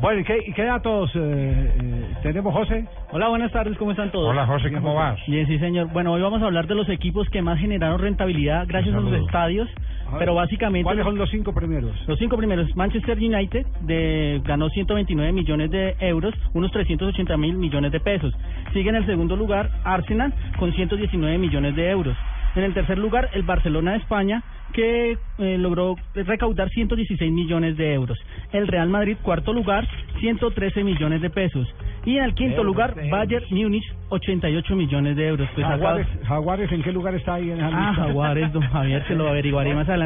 Bueno, ¿y qué, y qué datos eh, eh, tenemos, José? Hola, buenas tardes, ¿cómo están todos? Hola José, ¿cómo vas? Bien, sí, señor. Bueno, hoy vamos a hablar de los equipos que más generaron rentabilidad gracias a Saludos. sus estadios, pero básicamente... ¿Cuáles son los cinco primeros? Los cinco primeros, Manchester United de, ganó 129 millones de euros, unos 380 mil millones de pesos. Sigue en el segundo lugar Arsenal con 119 millones de euros. En el tercer lugar el Barcelona de España que eh, logró recaudar 116 millones de euros. El Real Madrid cuarto lugar 113 millones de pesos. Y en el quinto Euros, lugar de euros. Bayern Múnich 88 millones de euros. Pues acá- Jaguares, Jaguares, ¿en qué lugar está ahí en la Ah, lista? Jaguares, don Javier, se lo averiguaré más adelante.